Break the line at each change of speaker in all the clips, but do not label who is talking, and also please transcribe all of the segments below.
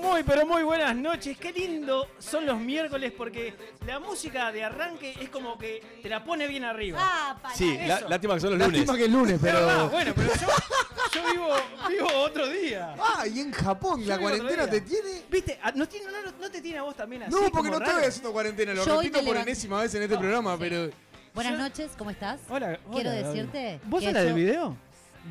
Muy, pero muy buenas noches. Qué lindo son los miércoles porque la música de arranque es como que te la pone bien arriba.
Ah, para.
Sí,
Eso.
lá- lástima que son los lunes.
Lástima que es lunes,
Es verdad,
pero.
bueno, pero yo, yo vivo, vivo otro día.
Ah, y en Japón,
Yo
la
vivo otro
cuarentena
día.
te tiene.
¿Viste? Ah, No, tiene- no- no te tiene a vos también así.
No, porque
como
no
raro?
estoy haciendo cuarentena, lo
Yo hoy
repito
me
por
levanté-
enésima vez en este programa, pero.
Buenas
Yo-
noches, ¿cómo estás?
Hola, hola,
Quiero
Gaby.
decirte.
¿Vos
que
sos la del
yo-
video?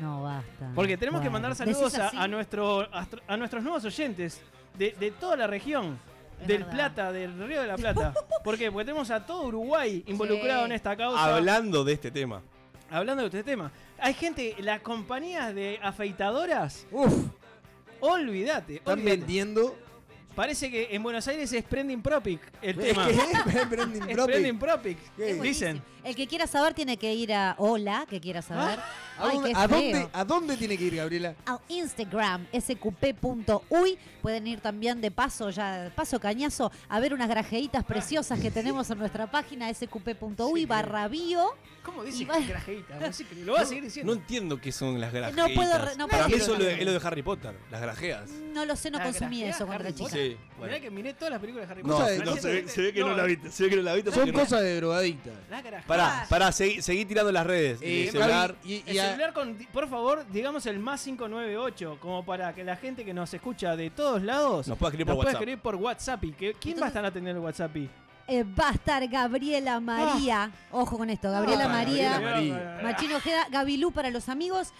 No basta.
Porque tenemos que
Bueno,
mandar
decís
saludos a,
así.
a nuestro, astro- a nuestros nuevos oyentes de, de toda la región.
Es
del
verdad.
Plata, del Río de la Plata. ¿Por qué? Porque tenemos a todo Uruguay involucrado
Sí.
en esta causa.
Hablando de este tema.
Hablando de este tema, hay gente, las compañías de afeitadoras,
Uf,
olvídate.
están
olvídate.
vendiendo.
Parece que en Buenos Aires es Prending Propic el
Es
tema.
que es branding
Es
propio.
Prending Propic.
¿Qué?
Es buenísimo.
Dicen, Ah,
El que quiera saber tiene que ir a Hola, que quiera saber.
¿A
Ay,
dónde,
qué
a
feo.
dónde- a dónde tiene que ir, Gabriela?
a Instagram, sqp.uy. Pueden ir también de paso, ya paso cañazo, a ver unas grajeitas preciosas
Ah,
que tenemos en nuestra página sqp.uy barra bio.
¿cómo dice
Y va-
grajeita? No sé, lo voy a seguir
No
diciendo.
entiendo qué son las grajeas.
No puedo re- no
Para
puedo
mí eso
creer.
lo- es lo de Harry Potter, las grajeas.
No lo sé, no
La
consumí
grajea
eso cuando
Ah, Harry
era chica.
Potter.
Sí,
Mirá
bueno.
que miré todas las películas de Harry
No,
Potter.
no,
Parece
se ve-
se ve que no la viste.
Son cosas de drogadicta.
La grajeita.
Pará, pará, seguí, seguí tirando las redes. "Ah,
Eh,
El celular.
Gaby, y,
El
y a-
celular con, por favor, digamos el más 598, como para que la gente que nos escucha de todos lados
Nos pueda escribir por
pueda
WhatsApp.
escribir por WhatsApp. ¿Y que- ¿Quién va a estar atendiendo el WhatsApp?
Eh, va a estar Gabriela María. Ojo con esto, Gabriela
Ah,
María.
Gabriela María.
Machín Ojeda, Gabilú para los amigos,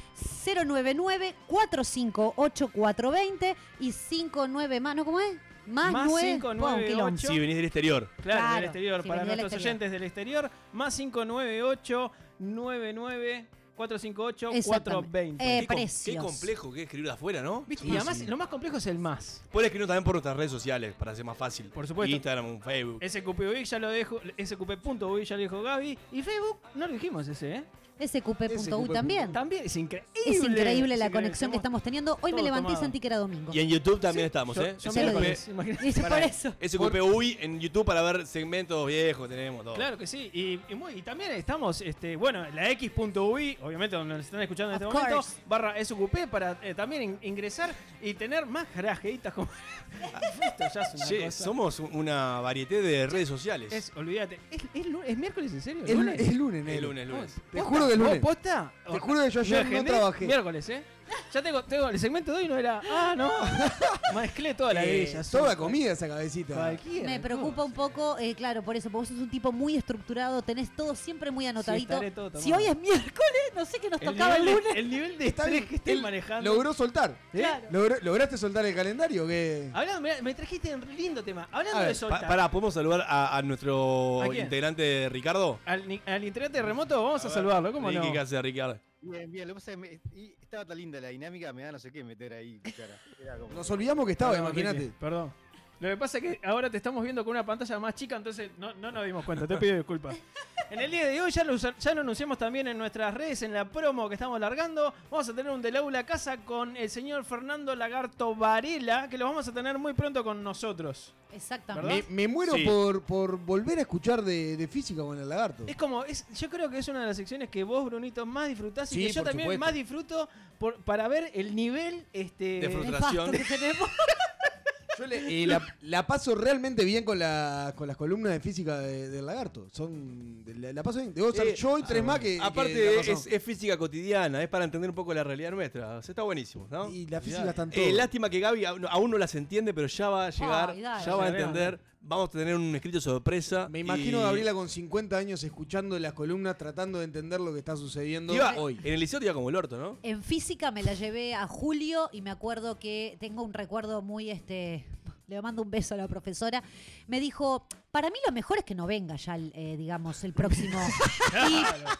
099-458420 y 59 más, ¿no? ¿Cómo es? Más,
Más
9,
598.
Si venís del exterior.
Claro, del
Claro,
exterior.
si
para
venía del
nuestros
exterior.
oyentes del exterior, más 598 99 458 420.
Eh,
Qué com-
precios.
Qué complejo que es escribir de afuera, ¿no?
¿Viste?
sí,
Y además,
sí.
lo más complejo es el más.
Puedes escribirnos también por nuestras redes sociales para ser más fácil.
Por supuesto.
Instagram, Facebook.
SQPUI ya lo dejo, SQP.uy ya lo dijo Gaby. Y Facebook, no lo dijimos ese, ¿eh?
SQP.uy también.
También es increíble.
Es increíble la
Es
conexión que estamos teniendo. Hoy me
todo
levanté y
tomado.
sentí que era domingo.
Y en YouTube también estamos,
Yo-
¿eh?
yo
Ya
me
lo
SQP
dije.
parece, imagínate.
Y es por eso.
SQPUI en YouTube para ver segmentos viejos, tenemos todo.
Claro que sí, y, y muy- y también estamos, este, bueno, en la x.ui, obviamente donde nos están escuchando en
Of
este momento,
course.
barra SQP para eh, también in- ingresar y tener más grajeitas como... Esto ya es una
Che,
cosa.
somos una variedad de redes sociales.
Es, olvídate, ¿Es, es, lu- es miércoles en serio?
es lunes, es lunes,
el
negro.
lunes, lunes.
Te juro que es
¿Vos
lunes.
posta?
Te juro que yo
Me
ayer no
agendé
trabajé.
Miércoles, ¿eh? Ya tengo, tengo el segmento de hoy no era... Ah, no. Mezclé toda la
Eh,
grilla.
toda comida esa cabecita.
Cualquiera.
Me preocupa un poco, eh, claro, por eso, porque vos sos un tipo muy estructurado, tenés todo siempre muy anotadito.
estaré todo tomado.
si hoy es miércoles, no sé qué nos
El
tocaba el,
nivel,
lunes.
de, el nivel de
Está
estrés
bien
que estoy
él
manejando.
Logró soltar.
¿Eh?
Claro.
Logro- ¿Lograste soltar el calendario? Que...
Hablando, mirá, me trajiste un lindo tema. Hablando
A ver,
de
Pa-
soltar.
pará, ¿podemos saludar a, a nuestro
Tota. ¿A quién?
integrante Ricardo?
Al, ni- al integrante remoto vamos a, saludarlo, ¿cómo
Ricky,
no?
¿Qué hace Ricardo?
Bien, bien, lo que pasa es que me- y estaba tan linda la dinámica, me da no sé qué meter ahí, cara. Era como-
Nos olvidamos que estaba,
Perdón,
imagínate.
Ricky, Perdón. Lo que pasa es que ahora te estamos viendo con una pantalla más chica, entonces no, no nos dimos cuenta, te pido disculpas. En el día de hoy ya lo, usa- ya lo anunciamos también en nuestras redes, en la promo que estamos largando. Vamos a tener un Del Aula a Casa con el señor Fernando Lagarto Varela, que lo vamos a tener muy pronto con nosotros.
Me,
Exactamente.
me muero
Sí.
por, por volver a escuchar de, de física con el lagarto.
Es como, es, yo creo que es una de las secciones que vos, Brunito, más disfrutás y
Sí,
que yo
por
también
supuesto.
más disfruto por, para ver el nivel este,
De fruta-
Nefasto que tenemos.
Yo le- eh, la, la paso realmente bien con, la, con las columnas de física de- del lagarto. Son, de la, la paso bien. Debo ser
Eh,
yo y tres más que.
Aparte,
que la paso.
es, es física cotidiana, es para entender un poco la realidad nuestra. O sea, está buenísimo, ¿no?
Y la física
Mirá.
está en
Eh,
todo.
lástima que Gaby aún aún no las entiende, pero ya va a llegar,
Ay, dale.
ya va a
Ya
entender. Vamos a tener un escrito sorpresa.
Me imagino
y-
a Gabriela con 50 años escuchando las columnas, tratando de entender lo que está sucediendo
Te iba-
hoy.
En el liceo te iba como el orto, ¿no?
En física me la llevé a Julio y me acuerdo que tengo un recuerdo muy este. Le mando un beso a la profesora. Me dijo, para mí lo mejor es que no venga ya, el, eh, digamos, el próximo.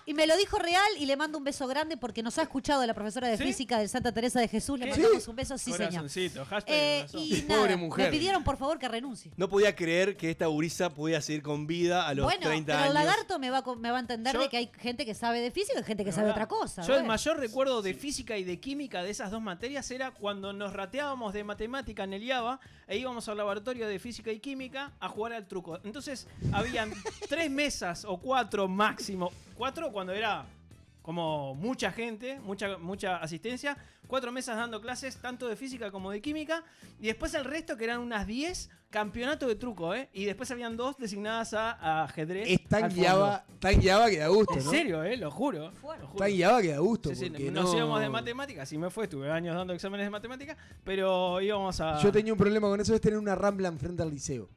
Y, y me lo dijo real y le mando un beso grande porque nos ha escuchado la profesora de
¿Sí?
física de Santa Teresa de Jesús. Le
¿Qué?
mandamos
¿Sí?
un beso, sí, señor.
Corazoncito, hashtag
Eh,
corazón.
y nada,
Pobre mujer.
me pidieron por favor que renuncie.
No podía creer que esta gurisa podía seguir con vida a los
bueno,
30
pero el
años.
lagarto me va, a co- me va a entender
Yo-
de que hay gente que sabe de física y gente que
La
sabe
verdad.
otra cosa.
Yo el
bueno.
mayor recuerdo de física y de química de esas dos materias era cuando nos rateábamos de matemática en el IABA e íbamos al laboratorio de física y química a jugar al truco. Entonces habían tres mesas o cuatro máximo. Cuatro cuando era como mucha gente, mucha, mucha asistencia, cuatro mesas dando clases tanto de física como de química, y después el resto que eran unas 10 campeonato de truco, ¿eh? Y después habían dos designadas a, a ajedrez.
Es tan
al fondo.
guiaba, tan guiaba que da gusto,
En
¿no?
serio, ¿eh? Lo juro.
Fuerte.
lo juro.
Tan guiaba que da gusto.
Sí, sí,
porque
nos
no-
íbamos de matemáticas, y me fue, estuve años dando exámenes de matemáticas, pero íbamos a...
Yo tenía un problema con eso, es tener una rambla enfrente al liceo.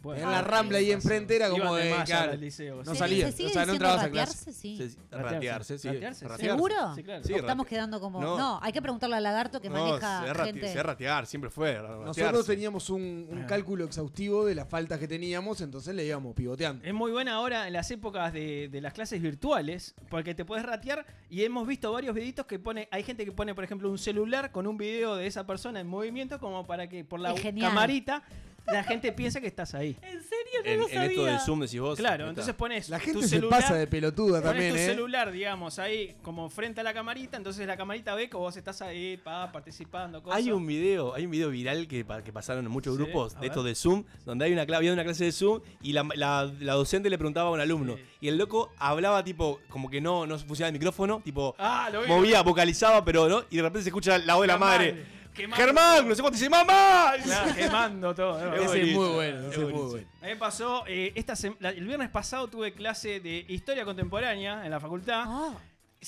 Bueno,
en la rambla ahí enfrente era
pues, iban
como
de
de.
malla
claro,
al liceo,
no
sí.
¿Se-
salía,
¿Se sigue
o sea,
diciendo
no entrabas a
ratearse? Sí.
Sí, sí, ratearse, sí.
Ratearse, sí.
¿Seguro?
Sí, claro.
Sí,
¿O estamos
ratear.
quedando como. No.
No.
hay que preguntarle al lagarto que
No,
maneja
sé rate-
gente.
sé ratear, siempre fue. ratearse.
Nosotros teníamos un, un
Ah.
cálculo exhaustivo de las faltas que teníamos, entonces le íbamos pivoteando.
Es muy buena ahora en las épocas de, de las clases virtuales, porque te puedes ratear y hemos visto varios videitos que pone, hay gente que pone, por ejemplo, un celular con un video de esa persona en movimiento como para que por la
Es genial.
camarita la gente piense que estás ahí.
¿En serio?
En, en esto de Zoom decís vos.
Claro,
neta.
entonces pones
La
tu
gente se
celular,
pasa de pelotuda
pones
también,
tu
¿eh?
celular, digamos, ahí como frente a la camarita, entonces la camarita ve que vos estás ahí, pa, participando, cosas.
Hay un video, hay un video viral que, pa- que pasaron en muchos
Sí,
grupos
a
de
ver.
estos de Zoom, donde hay una, cla- había una clase de Zoom y la, la- la docente le preguntaba a un alumno.
Sí.
Y el loco hablaba tipo, como que no, no funcionaba el micrófono, tipo,
Ah, lo vi.
movía, vocalizaba, pero no, y de repente se escucha la voz de la,
La
madre.
madre. Quemando
Germán,
todo.
no sé cuánto dice, mamá.
eh. Claro, quemando todo. ¿no?
Es
Ese es muy
buenísimo,
bueno,
es
ese es muy
buenísimo.
bueno.
A mí me pasó, eh, esta sem- la- el viernes pasado tuve clase de historia contemporánea en la facultad.
Ah,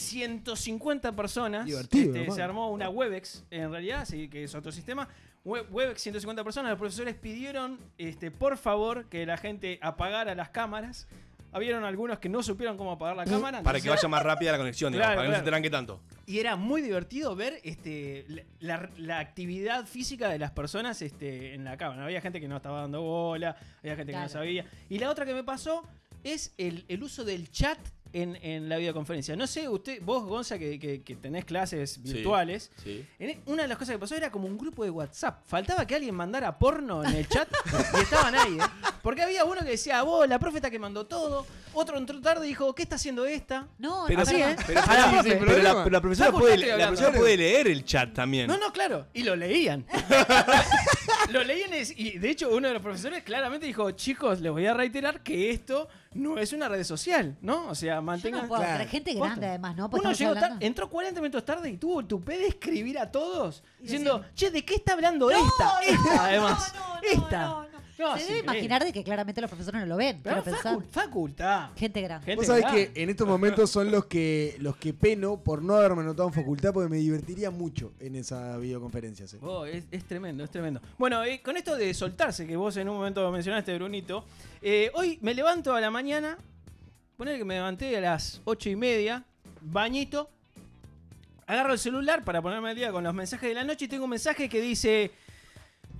150 personas.
Divertido,
Este,
hermano.
se armó una Webex, en realidad, sí, que es otro sistema. We- Webex, 150 personas. Los profesores pidieron, este, por favor, que la gente apagara las cámaras. Habieron algunos que no supieron cómo apagar la cámara.
Mm. Para
entonces-
que vaya más rápida la conexión, digamos,
Claro,
para que no se
claro.
tranque tanto.
Y era muy divertido ver este, la, la- la actividad física de las personas este, en la cámara. Había gente que no estaba dando bola, había gente que
Claro.
no sabía. Y la otra que me pasó es el, el uso del chat en, en la videoconferencia. No sé, usted, vos, Gonza, que, que- que tenés clases virtuales.
Sí.
en- Una de las cosas que pasó era como un grupo de WhatsApp. Faltaba que alguien mandara porno en el chat y estaban ahí. ¿eh? Porque había uno que decía, "Ah, vos, la profeta que mandó todo. Otro entró tarde y dijo, ¿qué está haciendo esta?
No,
Pero
no,
sí,
perdón.
¿eh? Pero,
Ah, sí,
pará,
sí,
pero
problema.
la, pero la profesora,
No,
puede,
justo estoy
la
hablando,
profesora
claro.
puede leer el chat también.
No, no, claro. Y lo leían. lo leían es- y de hecho uno de los profesores claramente dijo, chicos, les voy a reiterar que esto no es una red social, ¿no? O sea,
Yo
mantengan...
no puedo
Claro.
creer, Gente grande,
Posta.
además, ¿no? Porque
Uno
estamos
llegó tar-
hablando-
entró 40 minutos tarde y tuvo el tupé de escribir a todos
Y
diciendo, che, ¿de qué está hablando esta? esta, además.
no, no,
esta.
no, no.
No,
Se
es
debe
increíble.
imaginar de que claramente los profesores no lo ven.
Pero
Pero pensar.
facu- facultad.
Gente grande.
Gente
Vos sabés
grande.
que en estos momentos son los que los que peno por no haberme anotado en facultad porque me divertiría mucho en esa videoconferencia. ¿eh? ¿sí?
Oh, es, es tremendo, es tremendo. Bueno, eh, con esto de soltarse, que vos en un momento mencionaste, Brunito, eh, hoy me levanto a la mañana, poner que me levanté a las ocho y media, bañito, agarro el celular para ponerme al día con los mensajes de la noche y tengo un mensaje que dice,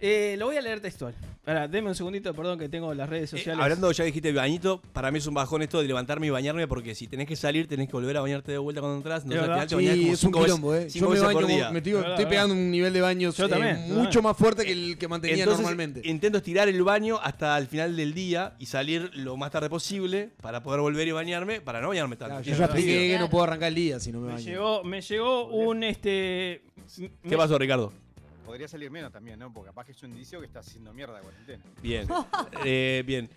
eh, lo voy a leer textual. Ahora, deme un segundito, perdón, que tengo las redes
Eh,
sociales.
hablando, ya dijiste bañito, para mí es un bajón esto de levantarme y bañarme porque si tenés que salir tenés que volver a bañarte de vuelta cuando entras. No
Es
sé, al
verdad.
final te bañás como
es un
cinco veces-
quilombo, ¿eh?
cinco
Yo me
veces
baño,
por
como-
día.
me estoy,
Es verdad,
estoy pegando un nivel de baños
Yo
eh,
también, yo
mucho
también.
más fuerte que el que mantenía normalmente.
Intento estirar el baño hasta el final del día y salir lo más tarde posible para poder volver y bañarme, para no bañarme tanto.
Claro,
Y
yo ya
no-
expliqué que
Claro.
no puedo arrancar el día si no me
me
baño.
llegó, me llegó un este.
¿Qué pasó, Ricardo?
Podría salir menos también, ¿no? Porque capaz que es un indicio que está haciendo mierda la cuarentena.
Bien. Eh, bien.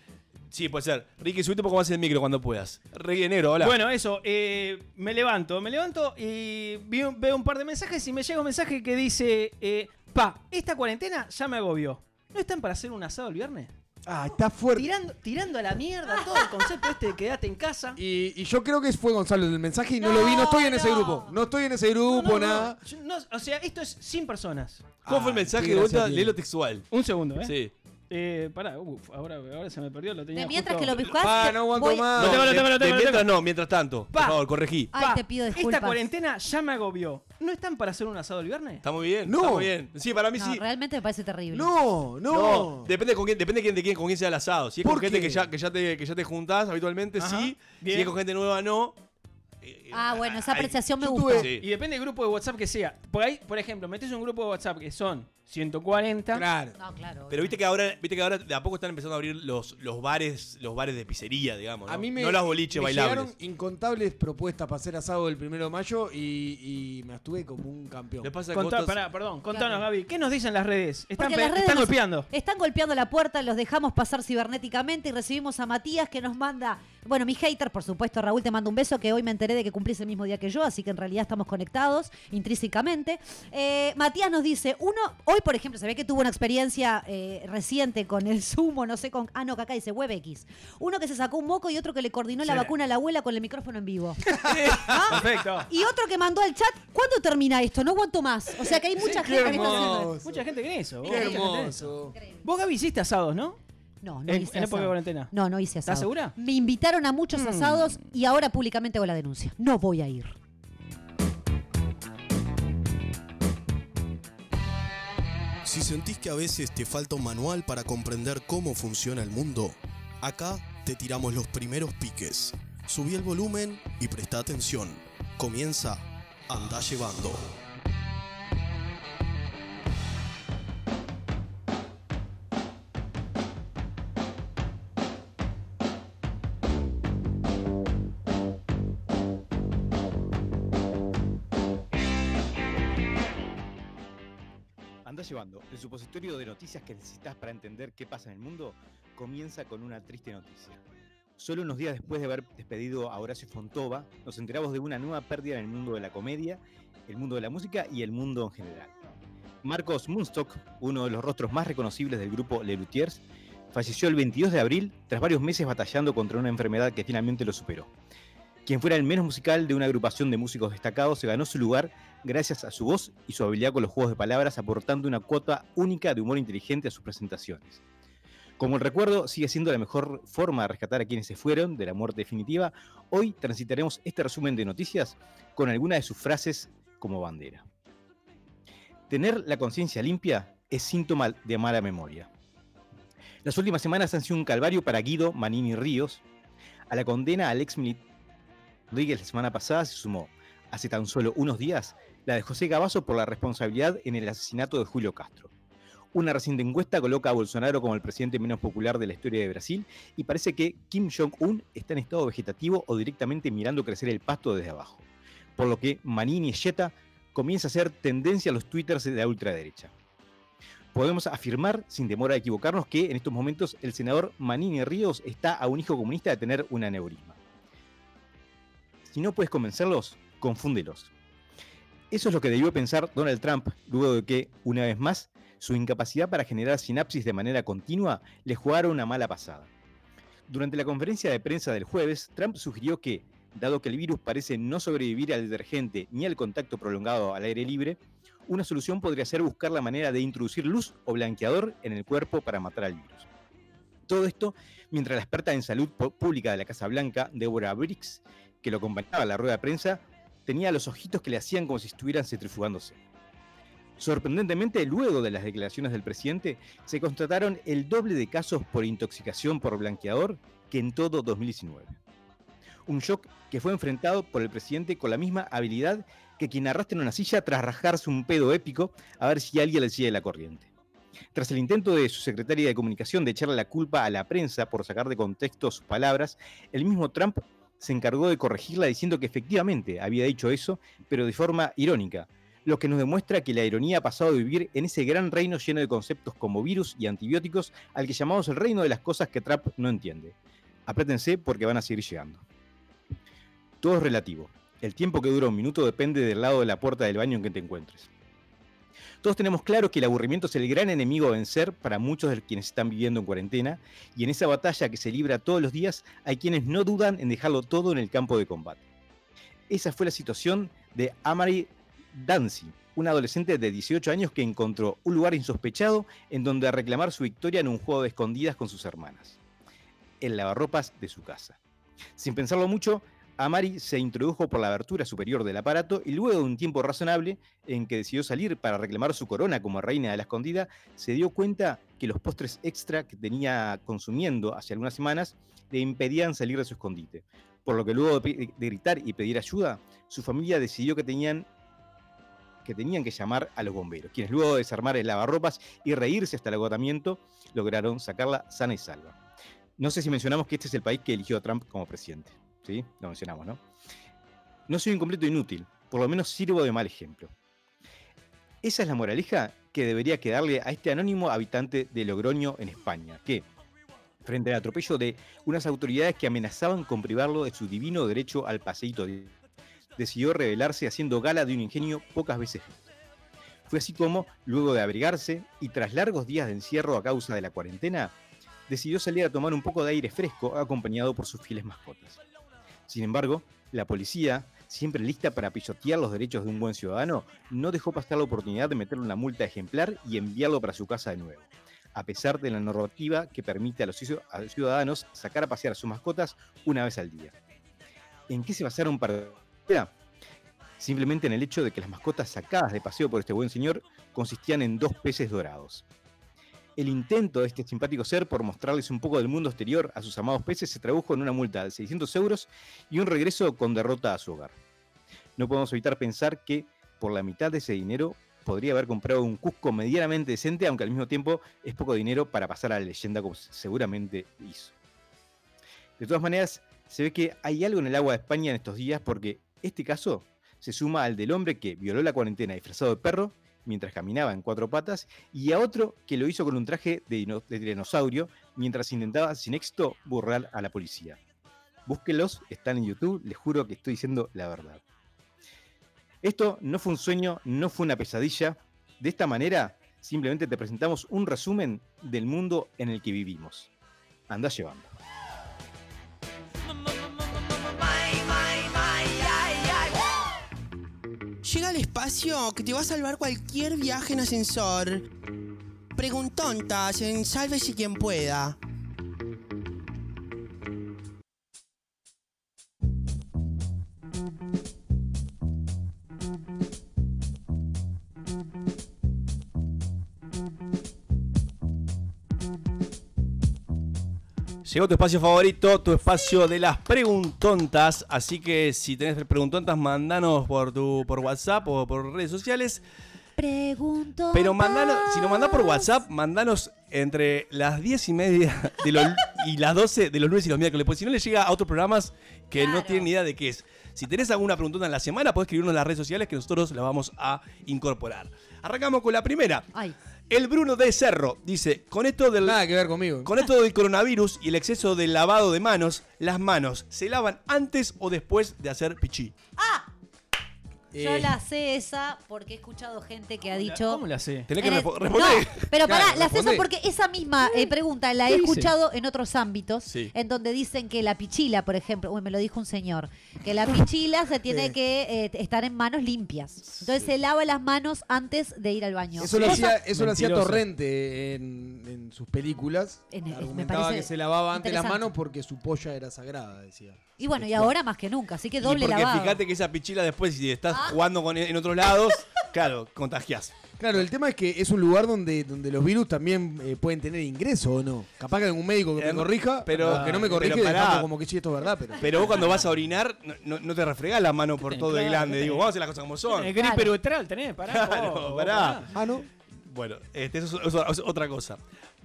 Sí, puede ser. Ricky, subite un poco más el micro cuando puedas. Ricky Negro, hola.
Bueno, eso, eh, me levanto, me levanto y vi un- veo un par de mensajes y me llega un mensaje que dice, eh, pa, esta cuarentena ya me agobió. ¿No están para hacer un asado el viernes?
Ah, está fuerte.
Tirando, tirando a la mierda todo el concepto este de quedate en casa.
Y, y yo creo que fue Gonzalo el mensaje y no,
No,
lo vi, no estoy en ese
no.
grupo. No estoy en ese
No,
grupo,
no, no,
nada.
yo no- o sea, esto es 100 personas.
¿Cómo fue
Ay,
el mensaje
Ah, qué
de
gracia
vuelta?
tiene.
Léelo textual.
Un segundo, ¿eh?
Sí.
Eh, pará, uf, ahora, ahora se me perdió, lo tenía
De mientras que
justo.
lo piscuás,
Ah,
yo
no aguanto
voy-
más.
Lo tengo, lo
de-
tengo, lo
de
tengo, lo
mientras
tengo.
no, mientras tanto.
Pa.
Por favor, corregí.
Ay,
Pa,
te pido disculpas.
Esta cuarentena ya me agobió. ¿No están para hacer un asado el viernes?
Está muy bien.
No.
Está muy bien. Sí, para mí
No,
sí.
realmente me parece terrible.
No, no.
No, depende con quién, depende quién, de quién, con quién sea el asado. Si es
¿Por
con gente
qué?
que ya, que, ya te, que ya te juntás habitualmente,
Ajá,
sí.
bien.
Si es con gente nueva, no. Eh,
Ah,
eh,
bueno, esa
hay-
apreciación me
yo
gusta.
tuve-
Y
Sí.
depende del grupo de WhatsApp que sea. Por ahí, por ejemplo, metes un grupo de WhatsApp que son 140.
Claro.
No, claro.
Pero viste que ahora, viste que ahora de a poco están empezando a abrir los, los bares, los bares de pizzería, digamos. ¿no?
A mí me,
no las boliche
me
bailables.
llegaron incontables propuestas para hacer asado el primero de mayo y, y me abstuve como un campeón.
Le pasa que
Contá-
vos estás-
pará, perdón, contanos,
Claro.
Gaby. ¿Qué nos dicen las redes? Están,
Porque
pe-
las redes
están
nos-
golpeando.
Están golpeando la puerta, los dejamos pasar cibernéticamente y recibimos a Matías que nos manda. Bueno, mi hater, por supuesto, Raúl, te mando un beso que hoy me enteré de que cumplís el mismo día que yo, así que en realidad estamos conectados intrínsecamente. Eh, Matías nos dice, uno, hoy por ejemplo, se ve que tuvo una experiencia eh, reciente con el sumo, no sé con... Ah, no, que acá dice WebX. Uno que se sacó un moco y otro que le coordinó la
Sí.
vacuna a la abuela con el micrófono en vivo.
Perfecto.
Y otro que mandó al chat, ¿cuándo termina esto? No aguanto más. O sea que hay mucha gente que está haciendo
hermoso.
Mucha gente en eso.
Qué
vos.
hermoso.
Vos, Gaby, hiciste asados, ¿no?
No, no
En, en
hice
época de
asado.
cuarentena.
No, no hice asado.
¿Estás segura?
Me invitaron a muchos
Mm.
asados y ahora públicamente hago la denuncia. No voy a ir.
Si sentís que a veces te falta un manual para comprender cómo funciona el mundo, acá te tiramos los primeros piques. Subí el volumen y presta atención. Comienza Andá Llevando.
Andá llevando. El supositorio de noticias que necesitas para entender qué pasa en el mundo comienza con una triste noticia. Solo unos días después de haber despedido a Horacio Fontova, nos enteramos de una nueva pérdida en el mundo de la comedia, el mundo de la música y el mundo en general. Marcos Munstock, uno de los rostros más reconocibles del grupo Le Luthiers, falleció el 22 de abril tras varios meses batallando contra una enfermedad que finalmente lo superó. Quien fuera el menos musical de una agrupación de músicos destacados se ganó su lugar gracias a su voz y su habilidad con los juegos de palabras, aportando una cuota única de humor inteligente a sus presentaciones. Como el recuerdo sigue siendo la mejor forma de rescatar a quienes se fueron de la muerte definitiva, hoy transitaremos este resumen de noticias con alguna de sus frases como bandera. Tener la conciencia limpia es síntoma de mala memoria. Las últimas semanas han sido un calvario para Guido Manini Ríos. A la condena al ex militar Rodríguez la semana pasada se sumó, hace tan solo unos días, la de José Cavazo por la responsabilidad en el asesinato de Julio Castro. Una reciente encuesta coloca a Bolsonaro como el presidente menos popular de la historia de Brasil y parece que Kim Jong-un está en estado vegetativo o directamente mirando crecer el pasto desde abajo, por lo que Manini Yeta comienza a ser tendencia a los twitters de la ultraderecha. Podemos afirmar, sin temor a equivocarnos, que en estos momentos el senador Manini Ríos está a un hijo comunista de tener un aneurisma. Si no puedes convencerlos, confúndelos. Eso es lo que debió pensar Donald Trump luego de que, una vez más, su incapacidad para generar sinapsis de manera continua le jugara una mala pasada. Durante la conferencia de prensa del jueves, Trump sugirió que, dado que el virus parece no sobrevivir al detergente ni al contacto prolongado al aire libre, una solución podría ser buscar la manera de introducir luz o blanqueador en el cuerpo para matar al virus. Todo esto mientras la experta en salud pu- pública de la Casa Blanca, Deborah Briggs, que lo acompañaba a la rueda de prensa, tenía los ojitos que le hacían como si estuvieran centrifugándose. Sorprendentemente, luego de las declaraciones del presidente, se constataron el doble de casos por intoxicación por blanqueador que en todo 2019. Un shock que fue enfrentado por el presidente con la misma habilidad que quien arrastra en una silla tras rajarse un pedo épico a ver si alguien le sigue la corriente. Tras el intento de su secretaria de comunicación de echarle la culpa a la prensa por sacar de contexto sus palabras, el mismo Trump se encargó de corregirla diciendo que efectivamente había dicho eso, pero de forma irónica, lo que nos demuestra que la ironía ha pasado de vivir en ese gran reino lleno de conceptos como virus y antibióticos al que llamamos el reino de las cosas que Trump no entiende. Aprétense porque van a seguir llegando. Todo es relativo. El tiempo que dura un minuto depende del lado de la puerta del baño en que te encuentres. Todos tenemos claro que el aburrimiento es el gran enemigo a vencer para muchos de quienes están viviendo en cuarentena, y en esa batalla que se libra todos los días hay quienes no dudan en dejarlo todo en el campo de combate. Esa fue la situación de Amari Dancy, una adolescente de 18 años que encontró un lugar insospechado en donde reclamar su victoria en un juego de escondidas con sus hermanas, el lavarropas de su casa. Sin pensarlo mucho, Amari se introdujo por la abertura superior del aparato y luego de un tiempo razonable en que decidió salir para reclamar su corona como reina de la escondida, se dio cuenta que los postres extra que tenía consumiendo hace algunas semanas le impedían salir de su escondite. Por lo que luego de, pe- de gritar y pedir ayuda, su familia decidió que tenían que tenían que llamar a los bomberos, quienes luego de desarmar el lavarropas y reírse hasta el agotamiento, lograron sacarla sana y salva. No sé si mencionamos que este es el país que eligió a Trump como presidente. ¿Sí? Lo mencionamos, ¿no? No soy un completo inútil, por lo menos sirvo de mal ejemplo. Esa es la moraleja que debería quedarle a este anónimo habitante de Logroño en España, que, frente al atropello de unas autoridades que amenazaban con privarlo de su divino derecho al paseíto, decidió rebelarse haciendo gala de un ingenio pocas veces visto. Fue así como, luego de abrigarse y tras largos días de encierro a causa de la cuarentena, decidió salir a tomar un poco de aire fresco acompañado por sus fieles mascotas. Sin embargo, la policía, siempre lista para pisotear los derechos de un buen ciudadano, no dejó pasar la oportunidad de meterle una multa ejemplar y enviarlo para su casa de nuevo, a pesar de la normativa que permite a los ciu- a los ciudadanos sacar a pasear a sus mascotas una vez al día. ¿En qué se basaron para... Mira, Simplemente en el hecho de que las mascotas sacadas de paseo por este buen señor consistían en dos peces dorados. El intento de este simpático ser por mostrarles un poco del mundo exterior a sus amados peces se tradujo en una multa de 600 euros y un regreso con derrota a su hogar. No podemos evitar pensar que por la mitad de ese dinero podría haber comprado un Cusco medianamente decente, aunque al mismo tiempo es poco dinero para pasar a la leyenda como se- seguramente hizo. De todas maneras, se ve que hay algo en el agua de España en estos días porque este caso se suma al del hombre que violó la cuarentena disfrazado de perro mientras caminaba en cuatro patas y a otro que lo hizo con un traje de, dino- de dinosaurio mientras intentaba sin éxito burlar a la policía. Búsquenlos, están en YouTube, les juro que estoy diciendo la verdad. Esto no fue un sueño, no fue una pesadilla. De esta manera, simplemente te presentamos un resumen del mundo en el que vivimos. Anda llevando.
Llega al espacio que te va a salvar cualquier viaje en ascensor. Preguntontas en Sálvese quien pueda.
Llegó tu espacio favorito, tu espacio de las preguntontas. Así que si tenés preguntontas, mandanos por tu por WhatsApp o por redes sociales.
Pregunto.
Pero mandanos, si nos mandás por WhatsApp, mandanos entre las 10 y media de los- y las 12 de los lunes y los miércoles. Porque si no le llega a otros programas que no
Claro.
tienen ni idea de qué es. Si tenés alguna preguntota en la semana, podés escribirnos en las redes sociales que nosotros la vamos a incorporar. Arrancamos con la primera.
Ay,
El Bruno de Cerro dice: Con esto del.
Nada que ver conmigo.
Con esto del coronavirus y el exceso del lavado de manos, las manos se lavan antes o después de hacer pichí.
Eh.
yo la sé esa porque he escuchado gente que ha dicho.
¿Cómo la sé?
Tenés que
En el-
repo-
Eh, No,
responder.
pero
Claro,
pará, la sé esa
respondé.
porque esa misma eh, pregunta la
¿Qué
he
dice?
escuchado en otros ámbitos,
Sí.
en donde dicen que la pichila, por ejemplo, uy, me lo dijo un señor, que la pichila se tiene que eh, estar en manos limpias. Entonces se lava las manos antes de ir al baño.
Eso lo
Cosa-
hacía, eso lo hacía
Mentiroso.
Torrente en, en sus películas.
En- en- me
Argumentaba
parece
que se lavaba antes las
interesante.
manos porque su polla era sagrada, decía.
Y bueno, y ahora más que nunca, así que
Y
doble
porque
lavado. Ah.
fíjate que esa pichila después, si estás jugando con, en otros lados, claro, contagias.
Claro, el tema es que es un lugar donde, donde los virus también eh, pueden tener ingreso o no. Capaz que algún médico que
Eh,
me corrija,
pero-
Em, pero que no me
pero
corrija,
pará.
dejamos como que sí, esto es verdad, pero.
Pero vos cuando vas a orinar, no, no- no te refregás la mano por todo el glande. Digo, vamos a hacer las cosas como son.
El gris peruetral tenés, pará.
Claro,
vos, vos,
pará.
Eh, pará.
Ah, no.
Bueno, este, eso es, eso es otra cosa.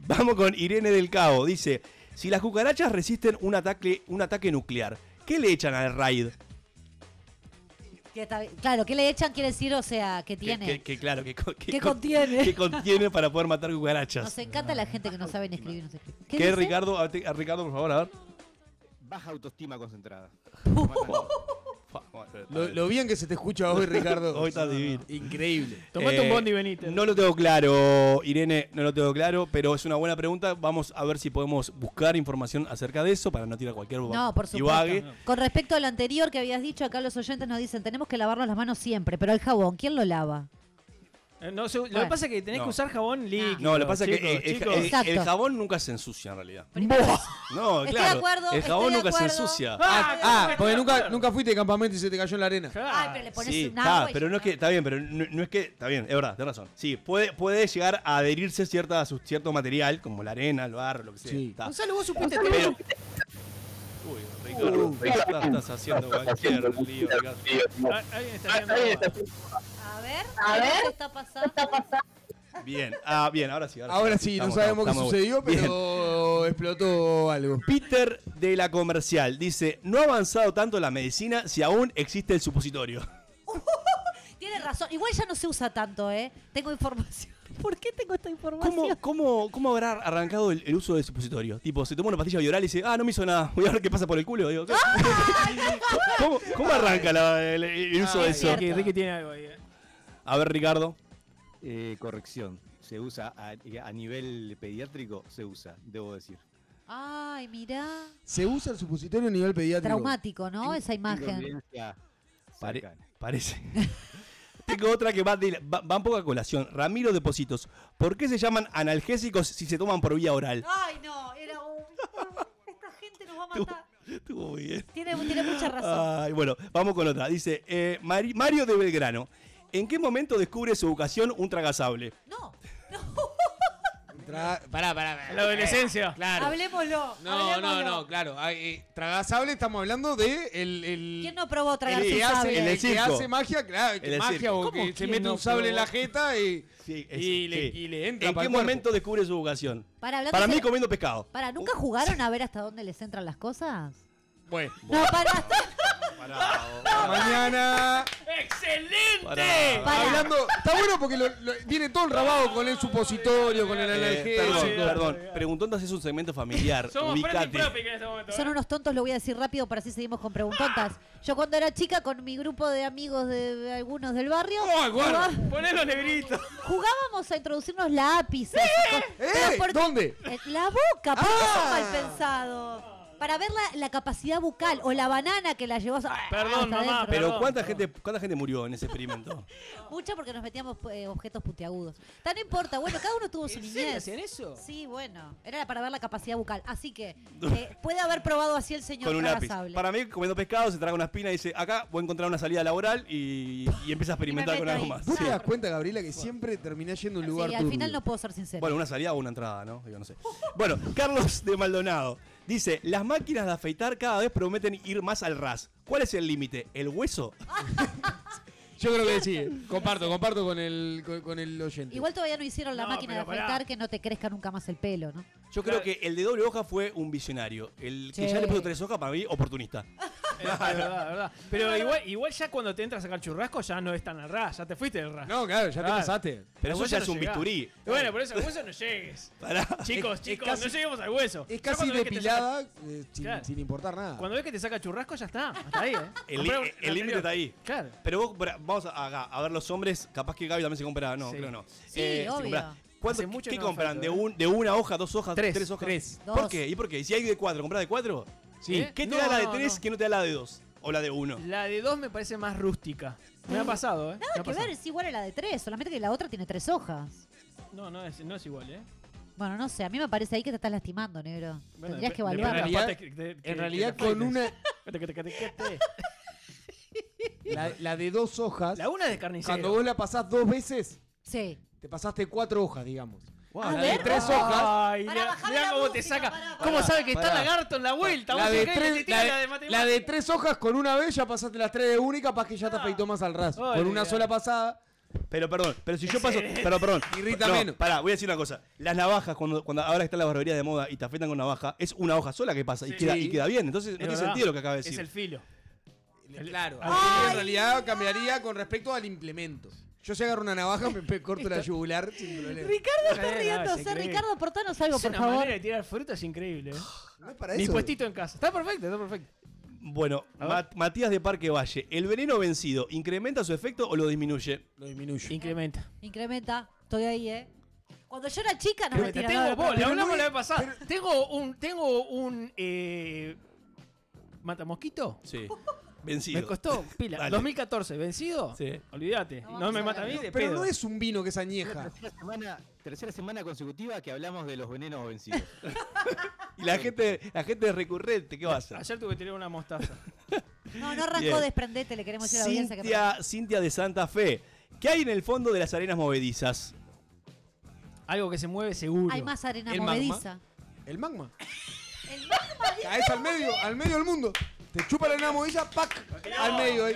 Vamos con Irene del Cabo. Dice, si las cucarachas resisten un ataque, un ataque nuclear, ¿qué le echan al raid?
Que está- claro, que le echan quiere decir, o sea, que
Que,
tiene.
que- que, claro, que, co- que
¿Qué
co-
contiene?
que contiene para poder matar cucarachas?
Nos encanta la gente que no sabe ni escribir. No sé escribir.
¿Qué,
dice?
Ricardo? A, ti- a Ricardo, por favor, a ver.
Baja autoestima concentrada.
Fa- bueno,
Lo, lo bien que se te escucha hoy, Ricardo.
Hoy está divino.
Increíble.
Tomate
Eh,
un bondi y venite.
No lo tengo claro, Irene, no lo tengo claro, pero es una buena pregunta. Vamos a ver si podemos buscar información acerca de eso para no tirar cualquier bo-
No, por
divague.
supuesto. Con respecto a lo anterior que habías dicho, acá los oyentes nos dicen, tenemos que lavarnos las manos siempre, pero el jabón, ¿quién lo lava?
Eh, no sé, Lo que
Bueno.
pasa es que tenés
No.
que usar jabón líquido.
No, lo que pasa es
chicos,
que eh, el,
chicos.
el-
Exacto.
el jabón nunca se ensucia en realidad.
Primero.
No,
Estoy de
claro.
acuerdo,
el jabón
estoy de
nunca se
acuerdo.
ensucia.
Ah, ah, porque nunca,
claro.
nunca fuiste de campamento y se te cayó en la arena.
Ay, pero le pones
Sí,
un
está,
agua y
pero
ya
no es que, está bien, pero no, no es que, está bien, es verdad, tenés razón. Sí, puede, puede llegar a adherirse cierta, a su- cierto material, como la arena, el barro, lo que sea.
Sí.
está.
Gonzalo, vos supiste
Pero- Uy, Ricardo, estás, estás haciendo cualquier lío, Ricardo.
Ah, Alguien está haciendo-
A ver, a ver, ¿qué está pasando?
Bien, ah, bien, ahora sí.
Ahora sí,
Estamos,
no sabemos qué
estamos,
sucedió,
estamos bien.
pero explotó algo.
Bien. Peter de la comercial dice: No ha avanzado tanto la medicina si aún existe el supositorio.
Tiene razón, igual ya no se usa tanto, ¿eh? Tengo información. ¿Por qué tengo esta información?
¿Cómo, cómo, cómo habrá arrancado el, el uso del supositorio? Tipo, se toma una pastilla bioral y dice, ah, no me hizo nada, voy a ver qué pasa por el culo. Digo, ¿qué- ¿Cómo, cómo arranca la- el, el uso de
Ay,
eso?
Ricky, Ricky tiene algo ahí. eh.
A ver, Ricardo.
Eh, corrección. Se usa a, eh, a nivel pediátrico, se usa, debo decir.
Ay, mirá.
Se usa el supositorio a nivel pediátrico.
Traumático, ¿no? Esa imagen.
Indolencia
Pare-
cercana.
Parece. Tengo otra que va, de- va, va un poco a colación. Ramiro de Positos. ¿Por qué se llaman analgésicos si se toman por vía oral?
Ay, no, era un... Esta gente nos va a matar.
Estuvo bien.
Tiene, tiene mucha razón.
Ay, bueno, vamos con otra. Dice, eh, Mari- Mario de Belgrano. ¿En qué momento descubre su vocación un tragasable?
No,
Tra-
Pará, pará, pará.
En
Eh,
la
Eh,
adolescencia.
Claro.
hablemoslo.
No, no, no, claro. Ah, eh, tragasable estamos hablando de el, el-
¿Quién no probó tragar
El
su
que
tragasable?
hace,
sable?
el
En el
que
circo.
hace magia, claro,
En el
magia
circo.
o
¿Cómo
que se
quién
mete
no
un sable en la
probó?
jeta y,
Sí, es-
y le,
sí.
y le entra
¿En
pa'l
qué
cuerpo.
momento descubre su vocación?
Para, hablar
Para mí comiendo pescado.
Para, ¿nunca jugaron a ver hasta dónde les entran las cosas?
Bueno,
No, para,
mañana.
¡Excelente!
Pará. Eh,
Pará.
Hablando. Está bueno porque lo- lo- viene todo el rabado con el supositorio, con el
Eh,
analgésico.
perdón,
Sí,
perdón.
sí, sí.
Preguntando si es un segmento familiar.
Somos Freddy
Ubicate.
Propic en este momento.
Son
¿eh?
unos tontos, lo voy a decir rápido para así seguimos con preguntontas. Yo cuando era chica con mi grupo de amigos de, de algunos del barrio,
¡Ay, guarda!
jugá-
Ponelo negrito.
jugábamos a introducirnos lápices. Pero
¡Eh!
por-
¿Dónde?
Eh, La boca, ¿por qué son
Ah.
mal pensados? Para ver la, la capacidad bucal o la banana que la llevas.
Perdón, mamá,
Pero
Perdón,
¿cuánta
perdón.
gente, ¿cuánta gente murió en ese experimento?
Mucha porque nos metíamos eh, objetos puntiagudos. Tan no importa, bueno, cada uno tuvo su niñez.
eso?
Sí, bueno, era para ver la capacidad bucal. Así que eh, puede haber probado así el señor
Con un lápiz.
Carrasable.
Para mí, comiendo pescado, se traga una espina y dice, acá voy a encontrar una salida laboral y, y empieza a experimentar
Y me
con
meto
algo
ahí.
más.
¿Vos
Sí.
te das cuenta, Gabriela, que siempre terminás yendo a un lugar
Sí, al final
turbio?
no puedo ser sincero.
Bueno, una salida o una entrada, ¿no? Digo, no sé. Bueno, Carlos de Maldonado dice, las máquinas de afeitar cada vez prometen ir más al ras. ¿Cuál es el límite? ¿El hueso?
Yo creo que sí. eh. Comparto, comparto con el, con, con el oyente.
Igual todavía no hicieron la
No,
máquina de
pero pará.
afeitar que no te crezca nunca más el pelo, ¿no?
Yo creo que el de doble hoja fue un visionario. El que
Sí.
ya le puso tres hojas, para mí, oportunista.
Es verdad, es verdad. Pero igual, igual ya cuando te entras a sacar churrasco ya no es tan al ras, ya te fuiste del ras.
No, claro, ya te
Claro.
pasaste.
Al
Pero eso
hueso
ya
no
es un
llegás.
bisturí.
Bueno, por eso al hueso no llegues.
Pará.
Es-
Chicos,
es
chicos,
casi-
no lleguemos al hueso.
Es
Ya
casi
cuando ves que te
depilada eh, sin,
Claro.
sin importar nada.
saca- cuando ves que te saca churrasco ya está, hasta ahí, ¿eh?
El li-
Comprá un-
el
la
límite
anterior.
está ahí.
Claro.
Pero vos, pará, vamos a, acá, a ver los hombres, capaz que Gaby también se compra, no,
Sí.
creo no. Eh,
Sí,
se
obvio.
compra- ¿Cuánto-
Hace mucho
¿Qué
no
compran?
afeito,
¿De,
¿eh?
un, ¿De una hoja, dos hojas, tres,
Tres,
hojas?
tres.
¿Por
Dos.
qué? ¿Y por qué? Y si hay de cuatro, ¿compras de cuatro?
Sí.
¿Qué te
No,
da la de
no,
tres
no.
que no te da la de dos? O la de uno.
La de dos me parece más rústica. Me ha pasado, ¿eh?
Nada
Me ha
que
pasado.
ver, es igual a la de tres, solamente que la otra tiene tres hojas.
No, no es, no es igual, ¿eh?
Bueno, no sé, a mí me parece ahí que te estás lastimando, negro.
Bueno,
Tendrías
dep-
que
depende
En
de
evaluar.
las
realidad-
patas que- que- que-
En
que
realidad,
te
con
afeites.
una.
Cate, cate, cate, cate.
La, la de dos hojas,
La una es de carnicero.
Cuando vos la pasás dos veces,
Sí.
te pasaste cuatro hojas, digamos.
A
la de
ver.
tres hojas.
Ah, Ay,
Para
mirá,
bajar
mirá
la
cómo te
música,
saca.
para,
¿Cómo
para,
sabe que está
para.
lagarto en la vuelta?
La
Vos
de,
se cree que te
tres, la,
tira la de
de, la
matemáticas.
de tres hojas con una vez ya pasaste las tres de una y capaz que ya te afeitó más al ras.
Ah. Ay,
Con una
mira.
sola pasada.
Pero perdón, pero si yo paso. Pero perdón.
Irrita
no,
menos.
Pará, voy a decir una cosa. Las navajas, cuando, cuando ahora están las barberías de moda y te afeitan con navaja, es una hoja sola que pasa y,
Sí.
queda,
Sí.
y queda bien. Entonces no
Es
tiene
verdad.
sentido lo que acaba de
Es
decir.
el filo.
Claro.
Al
en realidad cambiaría con respecto al implemento. Yo si agarro una navaja, me pe- corto la yugular sin problema.
Ricardo está
Eh, no, se
riéndose.
cree.
Ricardo, portanos algo,
Es
por
una
favor.
manera de tirar fruta es increíble. ¿eh?
¿no es para
Mi
eso?
puestito en casa. Está perfecto, está perfecto.
Bueno, Ma- Matías de Parque Valle. ¿El veneno vencido incrementa su efecto o lo disminuye?
Lo disminuye.
Incrementa.
Incrementa, estoy ahí, ¿eh? Cuando yo era chica, no me
Incrementa. Tengo, vos, le
pero
hablamos
no
la
es-
vez pasada. Tengo un, tengo un eh, matamosquito.
Sí.
Me
Vencido.
costó pila.
Dale.
2014, vencido.
Sí.
Olvídate.
No
No,
vamos
me
a
mata a
hablar.
mí. de
Pero
pedo.
no es un vino que se añeja.
Tercera semana, tercera semana consecutiva que hablamos de los venenos vencidos.
Y la gente, la gente es recurrente, ¿qué va a hacer?
Ayer tuve que tirar una mostaza.
No, no arrancó
Bien.
desprendete, le queremos decir a la audiencia que.
Cintia, Cintia de Santa Fe. ¿Qué hay en el fondo de las arenas movedizas?
Algo que se mueve seguro.
Hay más arena
El magma.
movediza.
El magma.
El magma,
Caes al medio, eh. al medio del mundo. Te chupa la namo ella, pac, al medio ahí.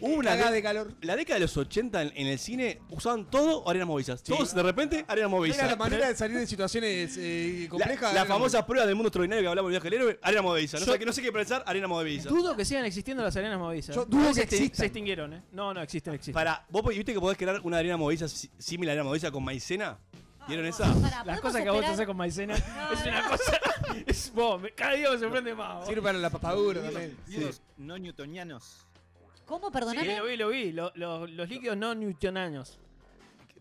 Hubo una
Caga
de-
de calor.
La década de los 80 en, en el cine usaban todo arenas movedizas. Todos de repente arenas
Era
movedizas.
la manera de salir de situaciones eh,
La-
complejas.
la famosa prueba del mundo extraordinario que hablamos en el viaje del héroe, arena movediza. No,
Yo-
sé, qué- no sé qué pensar, arena movediza.
Dudo que sigan existiendo las arenas movedizas.
Yo dudo
No,
que
se extin-
existan.
Se extinguieron, ¿eh? No, no, existen, existen.
Para, vos po- viste que podés crear una arena movediza si- similar a arena movediza con maicena.
Ah,
¿Vieron esa?
Pará,
Las
¿podemos
cosas que vos
esperar?
haces con maicena es una cosa. Es vos, me- cada día me sorprende más. vos.
Sirve para la papadura también.
Líquidos no newtonianos.
¿Cómo,
Sí,
perdóname?
lo vi, lo vi. lo- lo- los líquidos no newtonianos.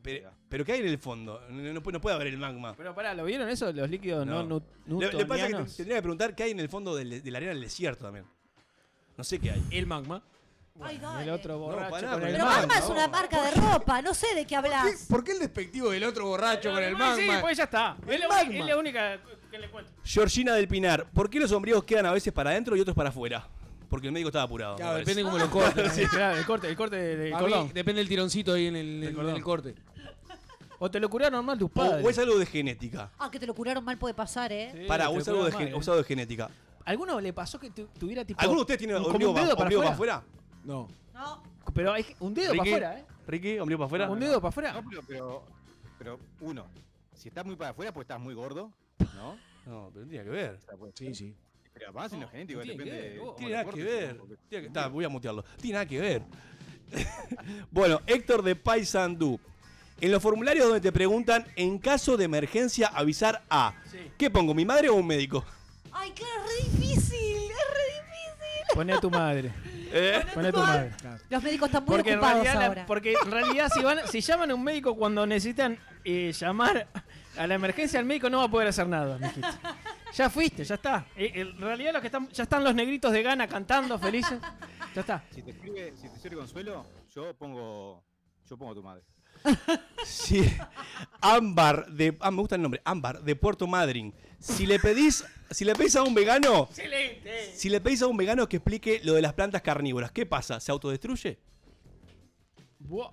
Pero, pero ¿qué hay en el fondo? No, no puede- no puede haber el magma.
Pero pará, ¿lo vieron eso? Los líquidos no,
No.
nu-
Le, le pasa que
newtonianos.
tendría que preguntar qué hay en el fondo del- de la arena del desierto también. No sé qué hay.
El magma.
Ay,
El
dale.
otro borracho
pará,
con el
Pero
magma,
Magma es
no.
una marca de ropa, no sé de qué
¿Qué-
hablas.
¿Por qué el despectivo del otro borracho con el
Sí,
magma?
pues ya está.
El
es, la
magma.
uni- es la única que le cuento.
Georgina del Pinar, ¿por qué los sombríos quedan a veces para adentro y otros para afuera? Porque el médico estaba apurado.
Claro,
me parece.
depende cómo lo cortes.
Sí, claro, el corte, el corte del
A mí,
cordón.
depende del tironcito ahí en el, en
cordón.
el corte.
O te lo curaron mal tus
O-
padres.
o es algo de genética.
Ah, que te lo curaron mal puede pasar, ¿eh?
Sí,
Para,
te
o
lo
es algo de,
curaron
gen-
mal,
o
eh.
es algo de genética.
¿Alguno le pasó que tu- tuviera tipo.
¿Alguno de ustedes tiene
un- como
ombligo,
un dedo
pa-
para
ombligo para
afuera?
afuera?
No.
No.
Pero hay un dedo
Ricky,
para afuera, ¿eh?
Ricky, ombligo para afuera.
Un dedo para afuera.
No, pero, pero, pero, uno, si estás muy para afuera, pues estás muy gordo, ¿no?
No, pero no tiene que ver.
O sea, pues,
Sí, sí.
Pero más en lo genético,
no tiene
depende.
que ver,
de
vos.
cómo
Tiene
lo
nada que
cortes,
ver.
¿no? Porque-
Tiene que- Ta, voy a mutearlo. Tiene nada que ver. bueno, Héctor de Paisandú. En los formularios donde te preguntan, en caso de emergencia, avisar a.
Sí.
¿Qué pongo, mi madre o un médico?
Ay, claro, es re difícil, es re difícil.
Poné a tu madre.
¿Eh?
Poné a tu madre.
Los médicos están muy
Porque en,
ocupados
realidad, la-
ahora.
porque en realidad si, van, si llaman a un médico cuando necesitan eh, llamar a la emergencia, el médico no va a poder hacer nada, mijito. Ya fuiste, ya está. Eh, en realidad los que están, ya están los negritos de gana cantando, felices. Ya está.
Si te sirve, si te sirve consuelo, yo pongo, yo pongo a tu madre.
Sí. Ámbar de. Ah, me gusta el nombre. Ámbar de Puerto Madryn. Si le pedís. Si le pedís a un vegano. Si le pedís a un vegano que explique lo de las plantas carnívoras, ¿qué pasa? ¿Se autodestruye?
Buah.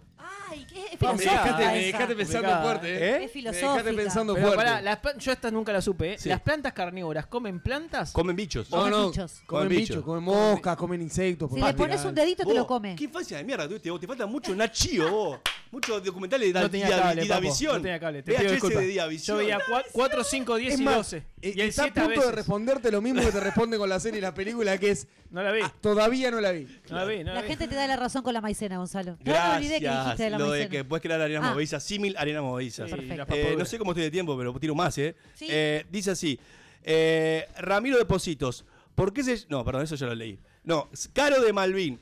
Ay, qué es
Me dejaste,
filosófica
me
esa.
dejaste pensando
Complicada,
fuerte, ¿eh?
¿eh?
Es
Me dejaste
filosófica.
pensando
Pero
fuerte.
pará, las pla- yo esta nunca la supe. ¿eh?
Sí.
¿Las plantas carnívoras comen plantas?
Comen bichos.
No,
Comen
no,
bichos.
Comen
Comen
bichos,
bichos.
comen moscas, comen insectos.
Si
papá,
le pones
mirá.
un dedito te
Vos,
lo come.
Qué infancia de mierda tuviste vos. Te falta mucho Nachío, vos. Muchos documentales de
no tenía cable, papo,
División.
No tenía cable, te pido
VHS
disculpas.
de
Yo
División.
veía 4, 5, 10
Es
y
más,
12.
eh,
Y el
está a
7 a
punto de
veces.
responderte lo mismo que te responde con la serie y la película, que es
No la vi,
"Ah, todavía no la vi.
no la vi, no la
La
vi.
gente te da la razón con la maicena, Gonzalo. No me olvidé que dijiste de
Gracias.
la
Lo de
maicena.
que puedes crear arenas
Ah.
movedizas, símil arena movediza.
Sí,
Perfecto.
las
Eh, no
papaduras.
sé cómo estoy de tiempo, pero tiro más, ¿eh?
Sí.
Eh, dice así. eh, Ramiro de Positos. ¿Por qué se.? No, perdón, eso ya lo leí. No, S- Caro de Malvin.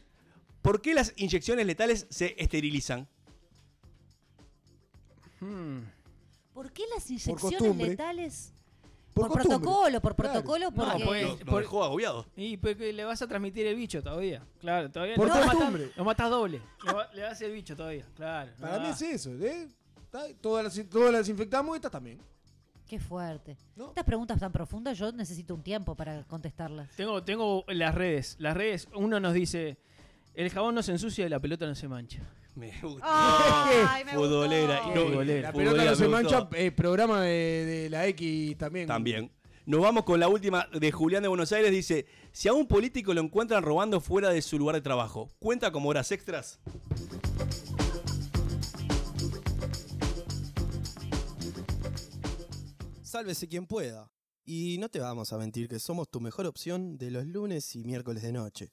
¿Por qué las inyecciones letales se esterilizan?
Hmm.
¿Por qué las inyecciones
costumbre.
letales?
Por
Por,
costumbre.
protocolo, por
Claro.
protocolo, porque...
pues,
Nos, nos
por-
dejó agobiados.
Y porque le vas a transmitir el bicho todavía. Claro, todavía.
Por
lo matás-
costumbre.
Lo matas doble. Le, va- le das el bicho todavía. Claro. Ah.
Para
no
mí
va.
es eso, ¿eh? Está- Todas las, todas las infectamos, estas también.
Qué fuerte.
No.
Estas preguntas tan profundas yo necesito un tiempo para contestarlas.
Tengo, tengo las redes. Las redes, uno nos dice: el jabón no se ensucia y la pelota no se mancha.
Me gusta.
Ay, me Ah, gustó.
Futbolera.
Qué
No,
futbolera.
La
futbolera
pelota no se
me gustó.
mancha, eh, programa de, de la X también.
También. Nos vamos con la última de Julián de Buenos Aires. Dice: Si a un político lo encuentran robando fuera de su lugar de trabajo, ¿cuenta como horas extras?
Sálvese quien pueda. Y no te vamos a mentir que somos tu mejor opción de los lunes y miércoles de noche.